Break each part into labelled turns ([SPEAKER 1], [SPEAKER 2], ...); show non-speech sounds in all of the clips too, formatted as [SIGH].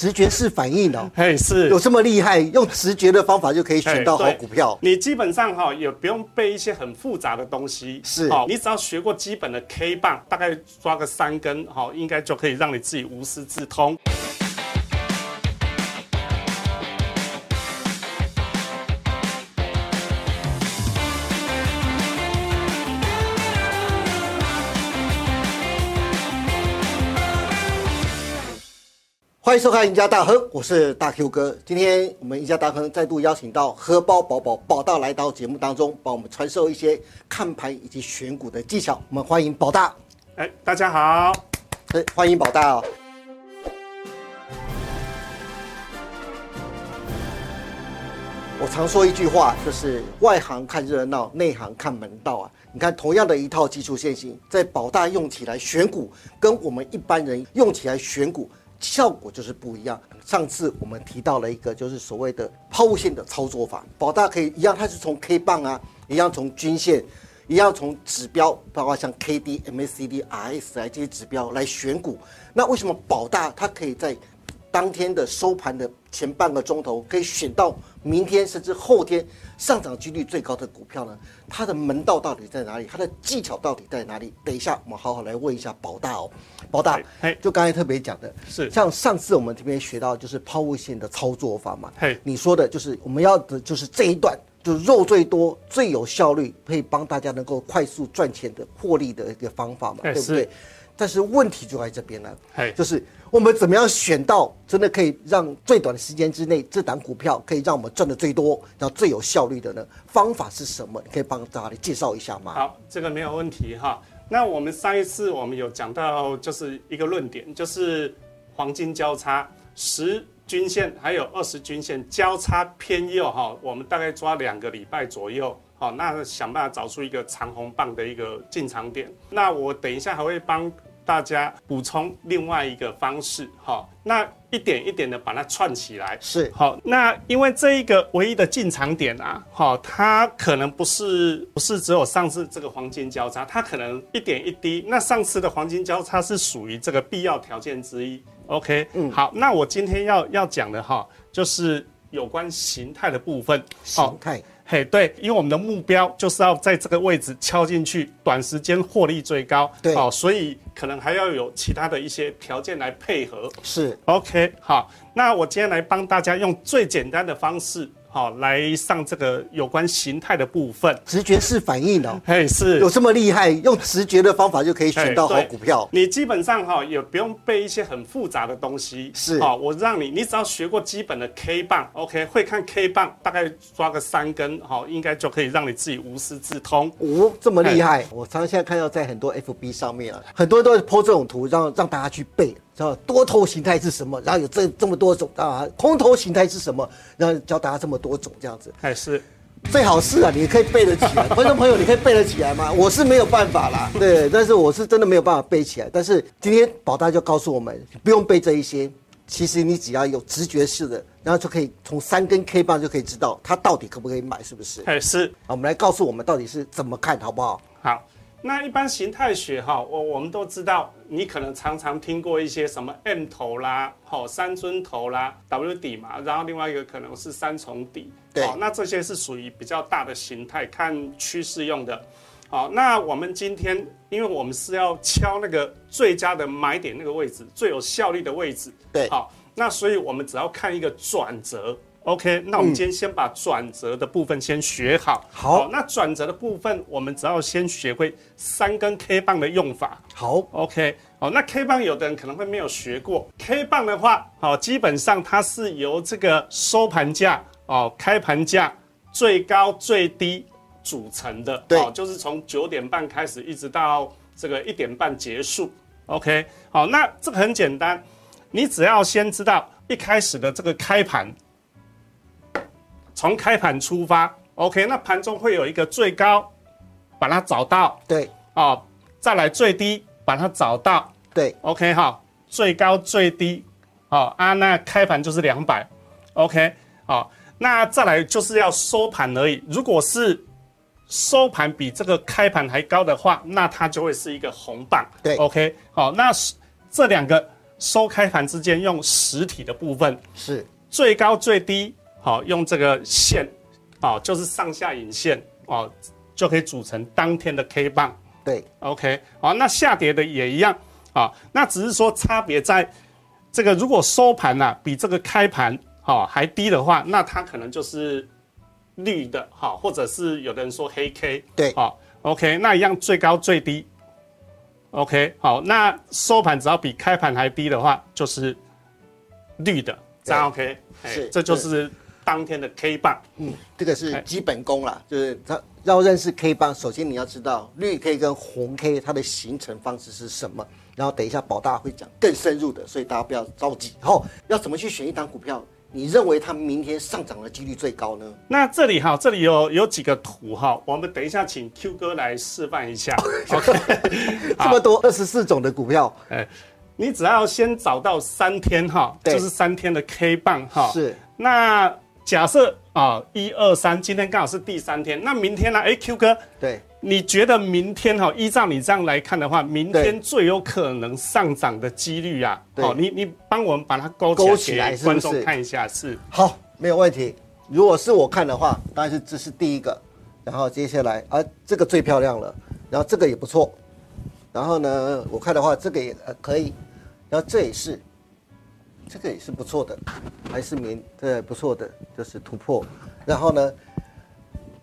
[SPEAKER 1] 直觉式反应哦，
[SPEAKER 2] 嘿，是
[SPEAKER 1] 有这么厉害？用直觉的方法就可以
[SPEAKER 2] 哎
[SPEAKER 1] 选到好
[SPEAKER 2] 对
[SPEAKER 1] 股票。
[SPEAKER 2] 你基本上哈、也不用背一些很复杂的东西，
[SPEAKER 1] 是
[SPEAKER 2] 好、你只要学过基本的 K 棒，大概抓个三根，好、应该就可以让你自己无师自通。
[SPEAKER 1] 欢迎收看《赢家大亨》，我是大 Q 哥。今天我们《赢家大亨》再度邀请到荷包宝宝宝大来到节目当中，帮我们传授一些看盘以及选股的技巧。我们欢迎宝大，
[SPEAKER 2] 哎，大家好，
[SPEAKER 1] 哎欢迎宝大哦。我常说一句话，就是外行看热闹，内行看门道啊。你看，同样的一套技术线型，在保大用起来选股，跟我们一般人用起来选股效果就是不一样。上次我们提到了一个，就是所谓的抛物线的操作法，保大可以一样，它是从 K 棒啊，一样从均线。一样从指标，包括像 K D、M A C D、R S I 这些指标来选股。那为什么保大它可以在当天的收盘的前半个钟头，可以选到明天甚至后天上涨几率最高的股票呢？它的门道到底在哪里？它的技巧到底在哪里？等一下，我们好好来问一下宝大哦。宝大
[SPEAKER 2] 嘿嘿，
[SPEAKER 1] 就刚才特别讲的，
[SPEAKER 2] 是
[SPEAKER 1] 像上次我们这边学到就是抛物线的操作法嘛，
[SPEAKER 2] 嘿
[SPEAKER 1] 你说的就是我们要的就是这一段，就是肉最多、最有效率，可以帮大家能够快速赚钱的获利的一个方法嘛，
[SPEAKER 2] 哎
[SPEAKER 1] 对不
[SPEAKER 2] 是
[SPEAKER 1] 对？但是问题就在这边了，
[SPEAKER 2] 嘿
[SPEAKER 1] 就是我们怎么样选到真的可以让最短的时间之内，这档股票可以让我们赚的最多，然后最有效率的呢？方法是什么？你可以帮大家介绍一下吗？
[SPEAKER 2] 好，这个没有问题哈。那我们上一次我们有讲到，就是一个论点，就是黄金交叉十均线还有二十均线交叉偏右哈，我们大概抓两个礼拜左右。好，那想办法找出一个长红棒的一个进场点。那我等一下还会帮大家补充另外一个方式哈，那一点一点的把它串起来。
[SPEAKER 1] 是
[SPEAKER 2] 好，那因为这一个唯一的进场点啊，好、它可能不是不是只有上次这个黄金交叉，它可能一点一滴。那上次的黄金交叉是属于这个必要条件之一。OK，嗯，好，那我今天要要讲的哈，就是有关形态的部分。
[SPEAKER 1] 形态、
[SPEAKER 2] 嘿，对，因为我们的目标就是要在这个位置敲进去，短时间获利最高。
[SPEAKER 1] 对
[SPEAKER 2] 哦，所以可能还要有其他的一些条件来配合。
[SPEAKER 1] 是
[SPEAKER 2] OK，好，那我今天来帮大家用最简单的方式，好、来上这个有关形态的部分。
[SPEAKER 1] 直觉式反应
[SPEAKER 2] [LAUGHS]
[SPEAKER 1] 哦。
[SPEAKER 2] 嘿，是
[SPEAKER 1] 有这么厉害？用直觉的方法就可以
[SPEAKER 2] 哎
[SPEAKER 1] 选到好
[SPEAKER 2] 对
[SPEAKER 1] 股票。
[SPEAKER 2] 你基本上哈、也不用背一些很复杂的东西，
[SPEAKER 1] 是
[SPEAKER 2] 好、我让你，你只要学过基本的 K 棒，OK，会看 K 棒，大概抓个三根，好、应该就可以让你自己无师自通。
[SPEAKER 1] 哦，这么厉害！我常常现在看到在很多 FB 上面啊，很多人都是 po 这种图，让让大家去背，知道多头形态是什么，然后有这这么多种啊，空头形态是什么，然后教大家这么多种这样子。
[SPEAKER 2] 还是
[SPEAKER 1] 最好是啊，你可以背得起来，观众朋友，你可以背得起来吗？我是没有办法啦，对，但是我是真的没有办法背起来。但是今天宝大就告诉我们，不用背这一些，其实你只要有直觉式的，然后就可以从三根 K 棒就可以知道它到底可不可以买，是不是？
[SPEAKER 2] 还是
[SPEAKER 1] 好，我们来告诉我们到底是怎么看好不好？
[SPEAKER 2] 好，那一般形态学哈，我我们都知道，你可能常常听过一些什么 M 头啦，好三尊头啦，W 底嘛，然后另外一个可能是三重底，
[SPEAKER 1] 对
[SPEAKER 2] 好那这些是属于比较大的形态，看趋势用的。好，那我们今天，因为我们是要敲那个最佳的买点那个位置，最有效率的位置。
[SPEAKER 1] 对
[SPEAKER 2] 好，那所以我们只要看一个转折。OK，那我们今天先把转折的部分先学好。
[SPEAKER 1] 嗯好
[SPEAKER 2] 那转折的部分，我们只要先学会三根 K 棒的用法。
[SPEAKER 1] 好，
[SPEAKER 2] OK，好，那 K 棒有的人可能会没有学过，K 棒的话，好，基本上它是由这个收盘价、哦开盘价、最高最低组成的，
[SPEAKER 1] 对
[SPEAKER 2] 哦就是从九点半开始一直到这个一点半结束。OK，好，那这个很简单，你只要先知道一开始的这个开盘，从开盘出发，OK，那盘中会有一个最高，把它找到。
[SPEAKER 1] 对
[SPEAKER 2] 哦，再来最低把它找到
[SPEAKER 1] 对，
[SPEAKER 2] ，OK 哈，最高最低，哦啊，那开盘就是两百，OK，哦，那再来就是要收盘而已。如果是收盘比这个开盘还高的话，那它就会是一个红棒，
[SPEAKER 1] 对
[SPEAKER 2] ，OK，好、那这两个收开盘之间用实体的部分，
[SPEAKER 1] 是
[SPEAKER 2] 最高最低，好、用这个线，哦，就是上下影线哦，就可以组成当天的 K 棒。
[SPEAKER 1] 对，
[SPEAKER 2] OK，好，那下跌的也一样啊，那只是说差别在这个如果收盘呐、比这个开盘哦还低的话，那它可能就是绿的哈、或者是有的人说黑 K，
[SPEAKER 1] 对
[SPEAKER 2] 好、OK，那一样最高最低，OK，好，那收盘只要比开盘还低的话，就是绿的，这样 OK，哎
[SPEAKER 1] 是
[SPEAKER 2] 这就是当天的 K 棒，
[SPEAKER 1] 这个是基本功啦，就是它要认识 K 棒，首先你要知道绿 K 跟红 K 它的形成方式是什么，然后等一下宝大会讲更深入的，所以大家不要着急。然后要怎么去选一档股票？你认为它明天上涨的几率最高呢？
[SPEAKER 2] 那这里哈，这里有有几个图哈，我们等一下请 Q 哥来示范
[SPEAKER 1] [LAUGHS]
[SPEAKER 2] 一下。OK，哎
[SPEAKER 1] 这么多二十四种的股票，
[SPEAKER 2] 你只要先找到三天哈，
[SPEAKER 1] 对
[SPEAKER 2] 就是三天的 K 棒哈。。
[SPEAKER 1] 是
[SPEAKER 2] 那假设啊，一二三，今天刚好是第三天，那明天呢？哎，Q 哥，
[SPEAKER 1] 对，
[SPEAKER 2] 你觉得明天哈，依照你这样来看的话，明天
[SPEAKER 1] 对
[SPEAKER 2] 最有可能上涨的几率啊，
[SPEAKER 1] 对
[SPEAKER 2] 你你帮我们把它勾
[SPEAKER 1] 勾
[SPEAKER 2] 起
[SPEAKER 1] 起
[SPEAKER 2] 来，
[SPEAKER 1] 来
[SPEAKER 2] 给
[SPEAKER 1] 是不
[SPEAKER 2] 观众
[SPEAKER 1] 是
[SPEAKER 2] 看一下是。
[SPEAKER 1] 好，没有问题。如果是我看的话，当然是这是第一个，然后接下来啊，这个最漂亮了，然后这个也不错，然后呢，我看的话，这个也、呃、可以，然后这也是，这个也是不错的，还是明对不错的，就是突破，然后呢，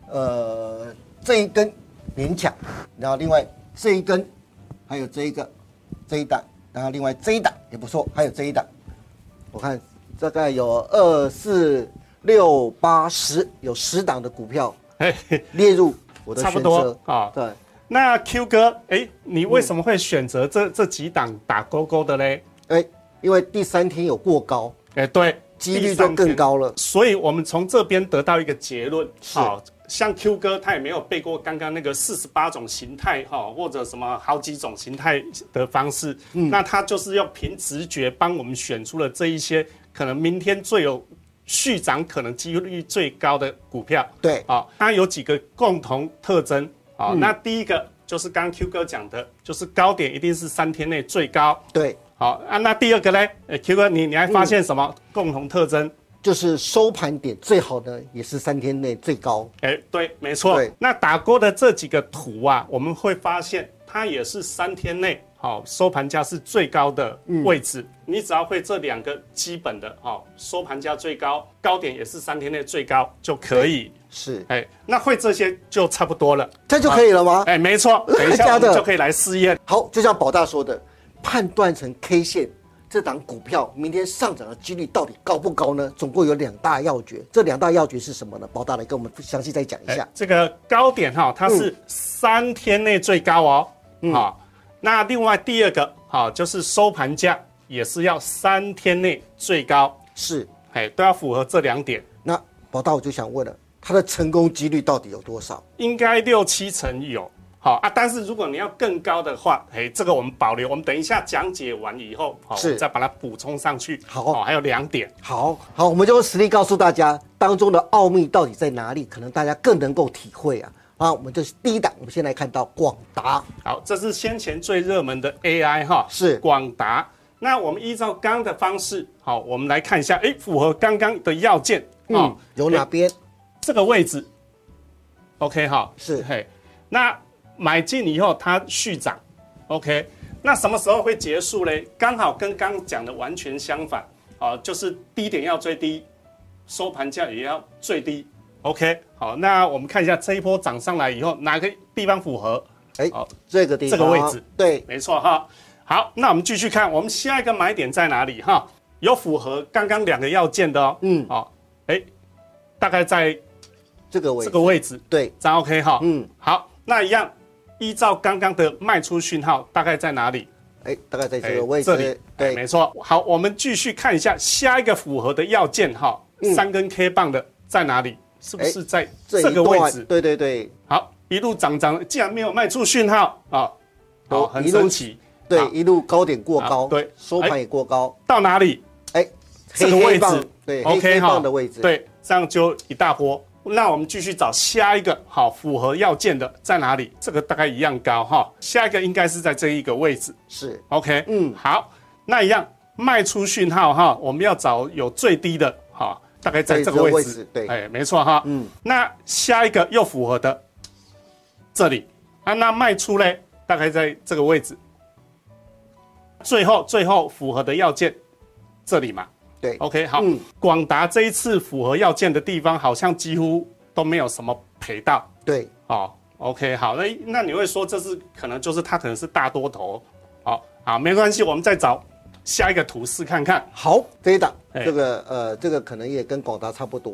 [SPEAKER 1] 呃，这一根勉强，然后另外这一根，还有这一个，这一档，然后另外这一档也不错，还有这一档，我看大概有二四六八十，有十档的股票
[SPEAKER 2] 哎，
[SPEAKER 1] 列入我的
[SPEAKER 2] 差
[SPEAKER 1] 选
[SPEAKER 2] 不
[SPEAKER 1] 择
[SPEAKER 2] 多啊
[SPEAKER 1] 对，
[SPEAKER 2] 那 Q 哥，哎，你为什么会选择这、这几档打勾勾的嘞？
[SPEAKER 1] 哎，因为第三天有过高，
[SPEAKER 2] 哎，对，
[SPEAKER 1] 几率
[SPEAKER 2] 第
[SPEAKER 1] 就
[SPEAKER 2] 三天
[SPEAKER 1] 更。高了。
[SPEAKER 2] 所以我们从这边得到一个结论，好，像 Q 哥他也没有背过刚刚那个四十八种形态哈，或者什么好几种形态的方式，那他就是要凭直觉帮我们选出了这一些可能明天最有续涨可能几率最高的股票。
[SPEAKER 1] 对，
[SPEAKER 2] 啊、它有几个共同特征啊、那第一个就是刚刚 Q 哥讲的，就是高点一定是三天内最高。
[SPEAKER 1] 对，
[SPEAKER 2] 好啊，那第二个呢？呃，Q 哥，你你还发现什么共同特征？
[SPEAKER 1] 就是收盘点最好的也是三天内最高。
[SPEAKER 2] 哎，对，没错
[SPEAKER 1] 对。
[SPEAKER 2] 那打勾的这几个图啊，我们会发现它也是三天内好、收盘价是最高的位置。
[SPEAKER 1] 嗯
[SPEAKER 2] 你只要会这两个基本的好、收盘价最高，高点也是三天内最高就可以。
[SPEAKER 1] 是，
[SPEAKER 2] 哎，那会这些就差不多了。
[SPEAKER 1] 这样就可以了吗？
[SPEAKER 2] 哎，没
[SPEAKER 1] [LAUGHS]
[SPEAKER 2] 错，等一下
[SPEAKER 1] 假
[SPEAKER 2] 我
[SPEAKER 1] 啊的
[SPEAKER 2] 们就可以来试验。哎
[SPEAKER 1] 好，就像宝大说的，判断成 K 线这档股票明天上涨的几率到底高不高呢？总共有两大要诀，这两大要诀是什么呢？宝大来跟我们详细再讲一
[SPEAKER 2] 哎
[SPEAKER 1] 下。嗯
[SPEAKER 2] 这个高点哈，它是三天内最高哦。好、那另外第二个好、就是收盘价也是要三天内最高，
[SPEAKER 1] 是，
[SPEAKER 2] 哎，都要符合这两点，
[SPEAKER 1] 那宝大我就想问了，它的成功几率到底有多少？
[SPEAKER 2] 应该六七成有。好、啊，但是如果你要更高的话，哎，这个我们保留，我们等一下讲解完以后，好、
[SPEAKER 1] 是
[SPEAKER 2] 我们再把它补充上去。
[SPEAKER 1] 好
[SPEAKER 2] 哦还有两点。
[SPEAKER 1] 好好，我们就用实力告诉大家当中的奥秘到底在哪里，可能大家更能够体会啊。啊，我们就是第一档，我们先来看到广达，
[SPEAKER 2] 好，这是先前最热门的 AI 哈，
[SPEAKER 1] 是
[SPEAKER 2] 广达。那我们依照刚刚的方式，好，我们来看一下，哎，符合刚刚的要件哦
[SPEAKER 1] 嗯，，有哪
[SPEAKER 2] 诶
[SPEAKER 1] 边？
[SPEAKER 2] 这个位置？OK 哈，
[SPEAKER 1] 是
[SPEAKER 2] 嘿。那买进以后它续涨，OK。那什么时候会结束嘞？刚好跟刚刚讲的完全相反啊，就是低点要最低，收盘价也要最低，OK。好，那我们看一下这一波涨上来以后，哪个地方符合？
[SPEAKER 1] 哎
[SPEAKER 2] 好，
[SPEAKER 1] 这个地
[SPEAKER 2] 这
[SPEAKER 1] 方，
[SPEAKER 2] 个位置，
[SPEAKER 1] 对，
[SPEAKER 2] 没错哈。好，那我们继续看，我们下一个买点在哪里哈？有符合刚刚两个要件的哦。
[SPEAKER 1] 嗯，
[SPEAKER 2] 好，哎，大概在
[SPEAKER 1] 这个位
[SPEAKER 2] 这
[SPEAKER 1] 置，
[SPEAKER 2] 个位置，
[SPEAKER 1] 对，
[SPEAKER 2] 这样 OK 哈。
[SPEAKER 1] 嗯，
[SPEAKER 2] 好，那一样依照刚刚的卖出讯号，大概在哪里？
[SPEAKER 1] 哎，大概在
[SPEAKER 2] 哎
[SPEAKER 1] 这个位
[SPEAKER 2] 这里
[SPEAKER 1] 置，，
[SPEAKER 2] 哎
[SPEAKER 1] 对，
[SPEAKER 2] 没错。好，我们继续看一下下一个符合的要件哈，
[SPEAKER 1] 嗯
[SPEAKER 2] 三根 K 棒的在哪里？是不
[SPEAKER 1] 哎
[SPEAKER 2] 是在
[SPEAKER 1] 一
[SPEAKER 2] 这个位
[SPEAKER 1] 段
[SPEAKER 2] 置？
[SPEAKER 1] 对对对
[SPEAKER 2] 好，一路涨涨，既然没有卖出讯号啊，好，
[SPEAKER 1] 都
[SPEAKER 2] 很
[SPEAKER 1] 哦一路
[SPEAKER 2] 神奇。
[SPEAKER 1] 对
[SPEAKER 2] 好，
[SPEAKER 1] 一路高点过
[SPEAKER 2] 好
[SPEAKER 1] 高，
[SPEAKER 2] 对
[SPEAKER 1] 收盘也过高，
[SPEAKER 2] 到哪里？
[SPEAKER 1] 哎，
[SPEAKER 2] 这
[SPEAKER 1] 黑
[SPEAKER 2] 个位
[SPEAKER 1] 黑
[SPEAKER 2] 置
[SPEAKER 1] 棒，对，黑
[SPEAKER 2] OK
[SPEAKER 1] 黑
[SPEAKER 2] 哈
[SPEAKER 1] 棒的位置，，
[SPEAKER 2] 对，这样就一大波。那我们继续找下一个好符合要件的在哪里？这个大概一样高哈，下一个应该是在这一个位置。
[SPEAKER 1] 是，
[SPEAKER 2] OK，
[SPEAKER 1] 嗯
[SPEAKER 2] 好，那一样卖出讯号哈，我们要找有最低的哈，大概在
[SPEAKER 1] 在这
[SPEAKER 2] 这个
[SPEAKER 1] 个
[SPEAKER 2] 位
[SPEAKER 1] 位
[SPEAKER 2] 置
[SPEAKER 1] 置，对
[SPEAKER 2] 哎，没错哈，嗯，那下一个又符合的这里啊，那卖出嘞，大概在这个位置，最后最后符合的要件这里嘛
[SPEAKER 1] 对，
[SPEAKER 2] ，OK，好
[SPEAKER 1] 嗯，
[SPEAKER 2] 广达这一次符合要件的地方好像几乎都没有什么赔到，
[SPEAKER 1] 对，
[SPEAKER 2] 哦，OK，好，那那你会说这是可能就是它可能是大多头，好、好，没关系，我们再找下一个图示看看。
[SPEAKER 1] 好，这一档，
[SPEAKER 2] 哎
[SPEAKER 1] 这个呃，这个可能也跟广达差不多，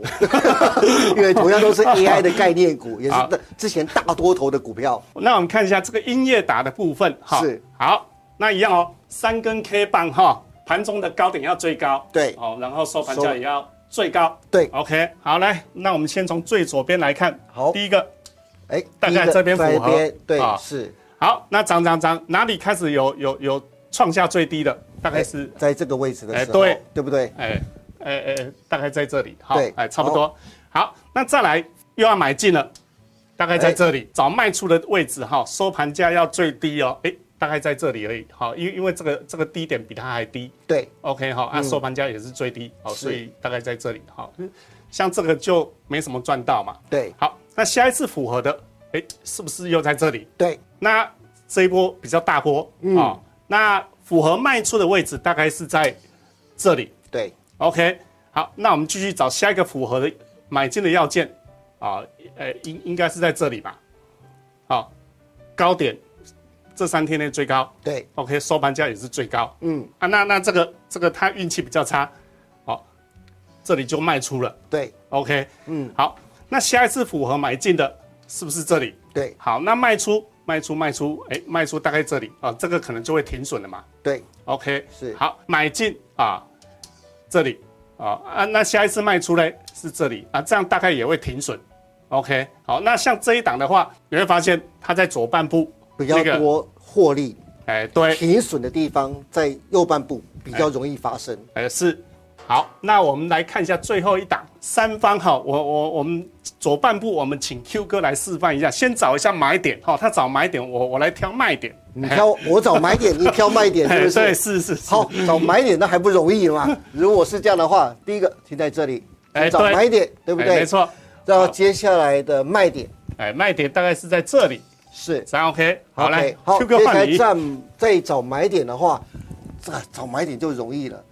[SPEAKER 1] [LAUGHS] 因为同样都是 AI 的概念
[SPEAKER 2] [LAUGHS]
[SPEAKER 1] 股，也是
[SPEAKER 2] 好
[SPEAKER 1] 大之前大多头的股票，
[SPEAKER 2] 那我们看一下这个音乐打的部分，哈、
[SPEAKER 1] 是
[SPEAKER 2] 好，那一样哦，三根 K 棒哈，盘中的高点要最高，
[SPEAKER 1] 对
[SPEAKER 2] 哦，然后收盘
[SPEAKER 1] 收
[SPEAKER 2] 价也要最高，
[SPEAKER 1] 对
[SPEAKER 2] ，OK，好，来，那我们先从最左边来看，
[SPEAKER 1] 好
[SPEAKER 2] 第一个，
[SPEAKER 1] 哎，
[SPEAKER 2] 大
[SPEAKER 1] 第
[SPEAKER 2] 概
[SPEAKER 1] 一个
[SPEAKER 2] 这边符合
[SPEAKER 1] 在边对
[SPEAKER 2] 啊，
[SPEAKER 1] 是
[SPEAKER 2] 好，那涨涨涨，哪里开始有有有创下最低的，大概
[SPEAKER 1] 哎
[SPEAKER 2] 是
[SPEAKER 1] 在这个位置的
[SPEAKER 2] 哎
[SPEAKER 1] 时候，
[SPEAKER 2] 对，
[SPEAKER 1] 对不对？
[SPEAKER 2] 哎哎哎，大概在这里，好
[SPEAKER 1] 对，
[SPEAKER 2] 哎，差不多。好，那再来又要买进了，大概
[SPEAKER 1] 哎
[SPEAKER 2] 在这里，找卖出的位置哈，收盘价要最低哦，哎，大概在这里而已，好，因为因为这个这个低点比它还低
[SPEAKER 1] 对，
[SPEAKER 2] ，OK 哈，按收盘价也是最低，好，
[SPEAKER 1] 嗯是
[SPEAKER 2] 所以大概在这里，好，像这个就没什么赚到嘛。
[SPEAKER 1] 对，
[SPEAKER 2] 好，那下一次符合的，哎，是不是又在这里？
[SPEAKER 1] 对，
[SPEAKER 2] 那这一波比较大波
[SPEAKER 1] 嗯
[SPEAKER 2] 哦，那符合卖出的位置大概是在这里。
[SPEAKER 1] 对，
[SPEAKER 2] OK，好，那我们继续找下一个符合的买进的要件啊，呃，应应该是在这里吧？好，高点这三天内最高
[SPEAKER 1] 对，
[SPEAKER 2] ，OK，收盘价也是最高
[SPEAKER 1] 嗯，
[SPEAKER 2] 啊。那那这个这个他运气比较差，好、这里就卖出了
[SPEAKER 1] 对，
[SPEAKER 2] ，OK，嗯，好，那下一次符合买进的是不是这里？
[SPEAKER 1] 对，
[SPEAKER 2] 好，那卖出卖出卖出，哎，卖出大概这里啊，这个可能就会停损了嘛。
[SPEAKER 1] 对，
[SPEAKER 2] OK，
[SPEAKER 1] 是
[SPEAKER 2] 好买进啊，这里啊啊，那下一次卖出嘞是这里啊，这样大概也会停损。OK，好，那像这一档的话，你会发现它在左半部
[SPEAKER 1] 比较
[SPEAKER 2] 那个
[SPEAKER 1] 多获利
[SPEAKER 2] 哎，对，
[SPEAKER 1] 停损的地方在右半部比较容易发生，
[SPEAKER 2] 哎是。好，那我们来看一下最后一档三方哈，我我我们左半部我们请 Q 哥来示范一下，先找一下买点哈，他找买点，我我来挑卖点。
[SPEAKER 1] 你挑我找买点，你挑卖点，是
[SPEAKER 2] 哎
[SPEAKER 1] 不是？
[SPEAKER 2] 对是是是
[SPEAKER 1] 好，找买点那还不容易嘛？如果是这样的话，第一个停在这里，
[SPEAKER 2] 哎
[SPEAKER 1] 找
[SPEAKER 2] 对
[SPEAKER 1] 买点，对不
[SPEAKER 2] 哎
[SPEAKER 1] 对
[SPEAKER 2] 没？错，
[SPEAKER 1] 然后接下来的卖点
[SPEAKER 2] 哎卖点大概是在这里，
[SPEAKER 1] 是
[SPEAKER 2] 这样 OK，好
[SPEAKER 1] OK，
[SPEAKER 2] 来
[SPEAKER 1] 好，
[SPEAKER 2] Q
[SPEAKER 1] 接
[SPEAKER 2] 哥
[SPEAKER 1] 下
[SPEAKER 2] 换
[SPEAKER 1] 来
[SPEAKER 2] 你。
[SPEAKER 1] 站再找买点的话，这个找买点就容易了。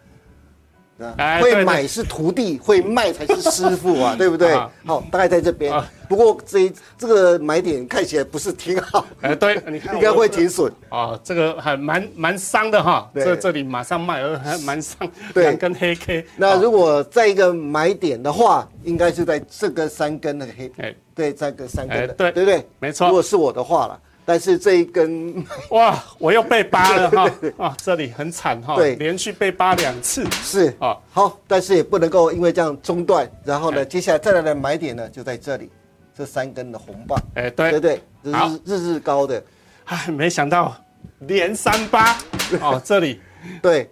[SPEAKER 2] 哎
[SPEAKER 1] 啊，
[SPEAKER 2] 对
[SPEAKER 1] 会
[SPEAKER 2] 对
[SPEAKER 1] 买是徒弟，会卖才是师傅啊，对不对
[SPEAKER 2] 啊？
[SPEAKER 1] 好，大概在这边
[SPEAKER 2] 啊。
[SPEAKER 1] 不过这一这个买点看起来不是挺好，
[SPEAKER 2] 哎，对，你看
[SPEAKER 1] [LAUGHS] 应该
[SPEAKER 2] 我
[SPEAKER 1] 会停损。
[SPEAKER 2] 哦，这个还蛮蛮伤的哈，
[SPEAKER 1] 对
[SPEAKER 2] 这这里马上卖，呃还蛮伤，
[SPEAKER 1] 对
[SPEAKER 2] 两根黑 K。
[SPEAKER 1] 那
[SPEAKER 2] 哦
[SPEAKER 1] 如果在一个买点的话，应该是在这个三根的黑，
[SPEAKER 2] 哎，
[SPEAKER 1] 对，这个三根的，
[SPEAKER 2] 哎对
[SPEAKER 1] 对不对？
[SPEAKER 2] 没错
[SPEAKER 1] 如果是我的话了，但是这一根
[SPEAKER 2] [LAUGHS] 哇，我又被扒
[SPEAKER 1] [LAUGHS]
[SPEAKER 2] 了哈，啊，这里很惨哈，
[SPEAKER 1] 对
[SPEAKER 2] 连续被扒两次
[SPEAKER 1] 是
[SPEAKER 2] 啊，
[SPEAKER 1] 好，但是也不能够因为这样中断。然后
[SPEAKER 2] 哎
[SPEAKER 1] 呢，接下来再来的买点呢，就在这里，这三根的红棒，
[SPEAKER 2] 哎，
[SPEAKER 1] 对不
[SPEAKER 2] 对，
[SPEAKER 1] 对？这
[SPEAKER 2] 好
[SPEAKER 1] 是日日高的，
[SPEAKER 2] 哎，没想到连三八，
[SPEAKER 1] [LAUGHS]
[SPEAKER 2] 哦，这里，
[SPEAKER 1] 对，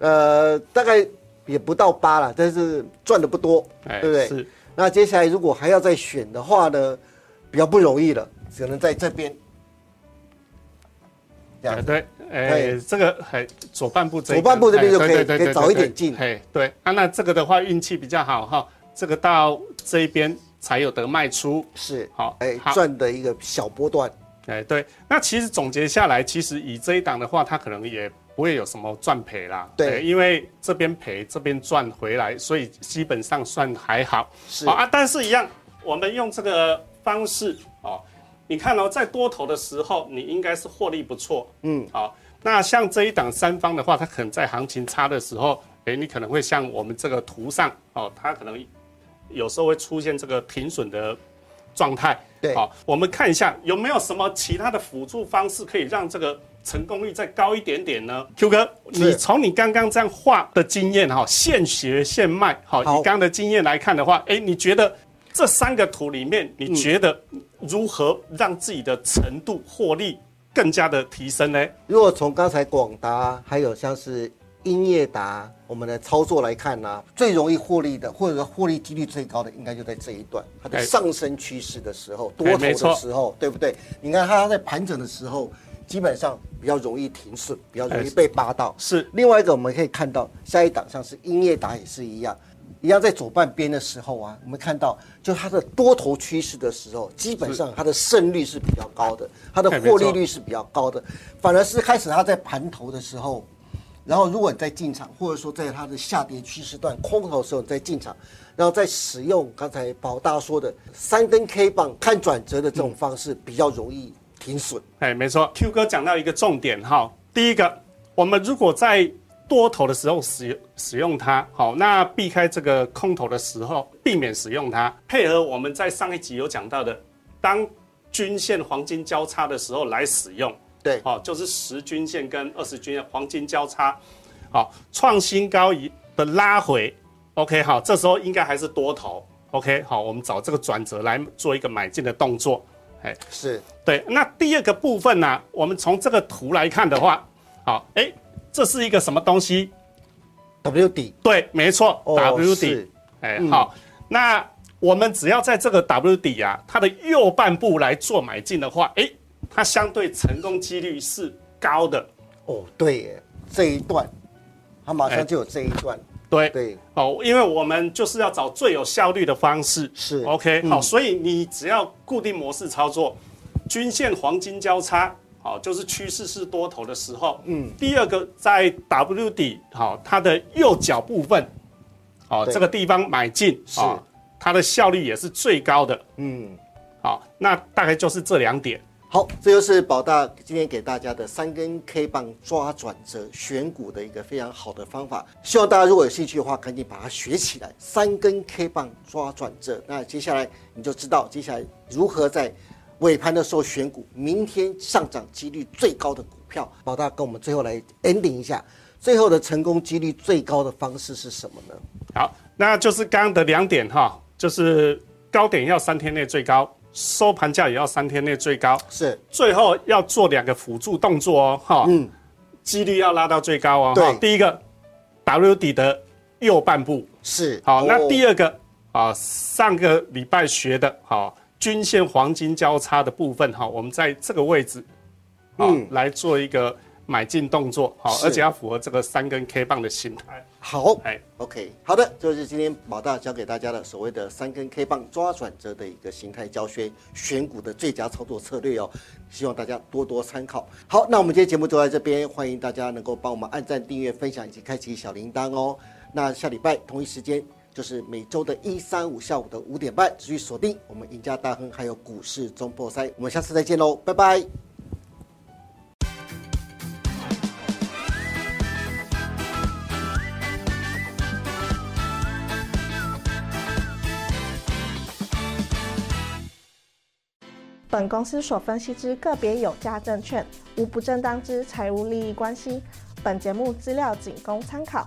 [SPEAKER 1] 呃，大概也不到八了，但是赚的不多，
[SPEAKER 2] 哎，
[SPEAKER 1] 对不对？
[SPEAKER 2] 是，
[SPEAKER 1] 那接下来如果还要再选的话呢，比较不容易了，只能在这边，这
[SPEAKER 2] 哎，
[SPEAKER 1] 样子
[SPEAKER 2] 对，哎
[SPEAKER 1] 哎，
[SPEAKER 2] 这个哎，左半部这一
[SPEAKER 1] 左半部这边
[SPEAKER 2] 哎
[SPEAKER 1] 就可以
[SPEAKER 2] 对对对
[SPEAKER 1] 可以早一点进
[SPEAKER 2] 对哎，对，啊，那这个的话运气比较好哈，这个到这一边才有得卖出，
[SPEAKER 1] 是
[SPEAKER 2] 好
[SPEAKER 1] 哎，
[SPEAKER 2] 好
[SPEAKER 1] 赚的一个小波段，
[SPEAKER 2] 哎，对，那其实总结下来，其实以这一档的话，它可能也不会有什么赚赔啦。
[SPEAKER 1] 对
[SPEAKER 2] 哎因为这边赔，这边赚回来，所以基本上算还好。
[SPEAKER 1] 是
[SPEAKER 2] 好啊，但是一样，我们用这个方式哦，你看哦，在多头的时候，你应该是获利不错。嗯，好、那像这一档三方的话，它可能在行情差的时候，哎，你可能会像我们这个图上哦，它可能有时候会出现这个停损的状态。
[SPEAKER 1] 对
[SPEAKER 2] 好、我们看一下有没有什么其他的辅助方式可以让这个成功率再高一点点呢？Q 哥，你从你刚刚这样画的经验哈，现学现卖，好，以
[SPEAKER 1] 好
[SPEAKER 2] 刚刚的经验来看的话，哎，你觉得这三个图里面，
[SPEAKER 1] 嗯
[SPEAKER 2] 你觉得如何让自己的程度获利更加的提升呢？
[SPEAKER 1] 如果从刚才广达还有像是英业达我们的操作来看呢、最容易获利的或者说获利几率最高的，应该就在这一段它的
[SPEAKER 2] 哎
[SPEAKER 1] 上升趋势的时候，多
[SPEAKER 2] 哎
[SPEAKER 1] 头
[SPEAKER 2] 没错
[SPEAKER 1] 的时候，对不对？你看它在盘整的时候，基本上比较容易停损，比较容
[SPEAKER 2] 哎
[SPEAKER 1] 易被扒到。
[SPEAKER 2] 是
[SPEAKER 1] 另外一个我们可以看到，下一档像是英业达也是一样，一样在左半边的时候啊，我们看到就它的多头趋势的时候，基本上它的胜率是比较高的，它的获利率是比较高的，反而是开始它在盘头的时候，然后如果你在进场，或者说在它的下跌趋势段空头的时候你再进场，然后再使用刚才宝大说的三根 K 棒看转折的这种方式，比较容易停损。
[SPEAKER 2] 哎，没错，Q 哥讲到一个重点哈，第一个，我们如果在多头的时候使使用它，好，那避开这个空头的时候，避免使用它，配合我们在上一集有讲到的，当均线黄金交叉的时候来使用，
[SPEAKER 1] 对，
[SPEAKER 2] 好、就是十均线跟二十均线黄金交叉，好、创新高一的拉回，OK，好，这时候应该还是多头，OK，好，我们找这个转折来做一个买进的动作，哎，
[SPEAKER 1] 是
[SPEAKER 2] 对，那第二个部分呢、我们从这个图来看的话，好，哎，这是一个什么东西？
[SPEAKER 1] W 底
[SPEAKER 2] 对，没错、
[SPEAKER 1] 哦
[SPEAKER 2] w 底
[SPEAKER 1] 是，嗯
[SPEAKER 2] 哎，好，那我们只要在这个 W 底啊，它的右半部来做买进的话，哎，它相对成功几率是高的。
[SPEAKER 1] 哦，对耶，这一段，它马
[SPEAKER 2] 哎
[SPEAKER 1] 上就有这一段，
[SPEAKER 2] 对，
[SPEAKER 1] 对，
[SPEAKER 2] 哦，因为我们就是要找最有效率的方式。
[SPEAKER 1] 是嗯
[SPEAKER 2] OK，、好，所以你只要固定模式操作，均线黄金交叉，好、就是趋势是多头的时候。嗯，第二个在 W 底，好、它的右脚部分，好、
[SPEAKER 1] 对
[SPEAKER 2] 这个地方买进，
[SPEAKER 1] 是
[SPEAKER 2] 好它的效率也是最高的。
[SPEAKER 1] 嗯，
[SPEAKER 2] 好、那大概就是这两点。
[SPEAKER 1] 好，这就是宝大今天给大家的三根 K 棒抓转折选股的一个非常好的方法。希望大家如果有兴趣的话，赶紧把它学起来。三根 K 棒抓转折，那接下来你就知道接下来如何在尾盘的时候选股，明天上涨几率最高的股票。宝大跟我们最后来 ending 一下，最后的成功几率最高的方式是什么呢？
[SPEAKER 2] 好，那就是刚刚的两点哈，就是高点要三天内最高，收盘价也要三天内最高。
[SPEAKER 1] 是
[SPEAKER 2] 最后要做两个辅助动作哦，哈、嗯，几率要拉到最高哦，
[SPEAKER 1] 对
[SPEAKER 2] 哈第一个 W 底的右半部，
[SPEAKER 1] 是，哦
[SPEAKER 2] 好，那第
[SPEAKER 1] 二
[SPEAKER 2] 二个啊，上个礼拜学的，好，均线黄金交叉的部分，哈，我们在这个位置，好，来做一个买进动作，好，
[SPEAKER 1] 嗯是
[SPEAKER 2] 而且要符合这个三根 K 棒的形态，
[SPEAKER 1] 好。
[SPEAKER 2] 哎，
[SPEAKER 1] OK，好的，这就是今天宝大教给大家的所谓的三根 K 棒抓转折的一个形态教学选股的最佳操作策略哦，希望大家多多参考。好，那我们今天节目就在这边，欢迎大家能够帮我们按赞、订阅、分享以及开启小铃铛哦。那下礼拜同一时间就是每周的一三五下午的五点半，持续锁定我们赢家大亨还有股市中破塞，我们下次再见喽，拜拜。
[SPEAKER 3] 本公司所分析之个别有价证券，无不正当之财务利益关系。本节目资料仅供参考，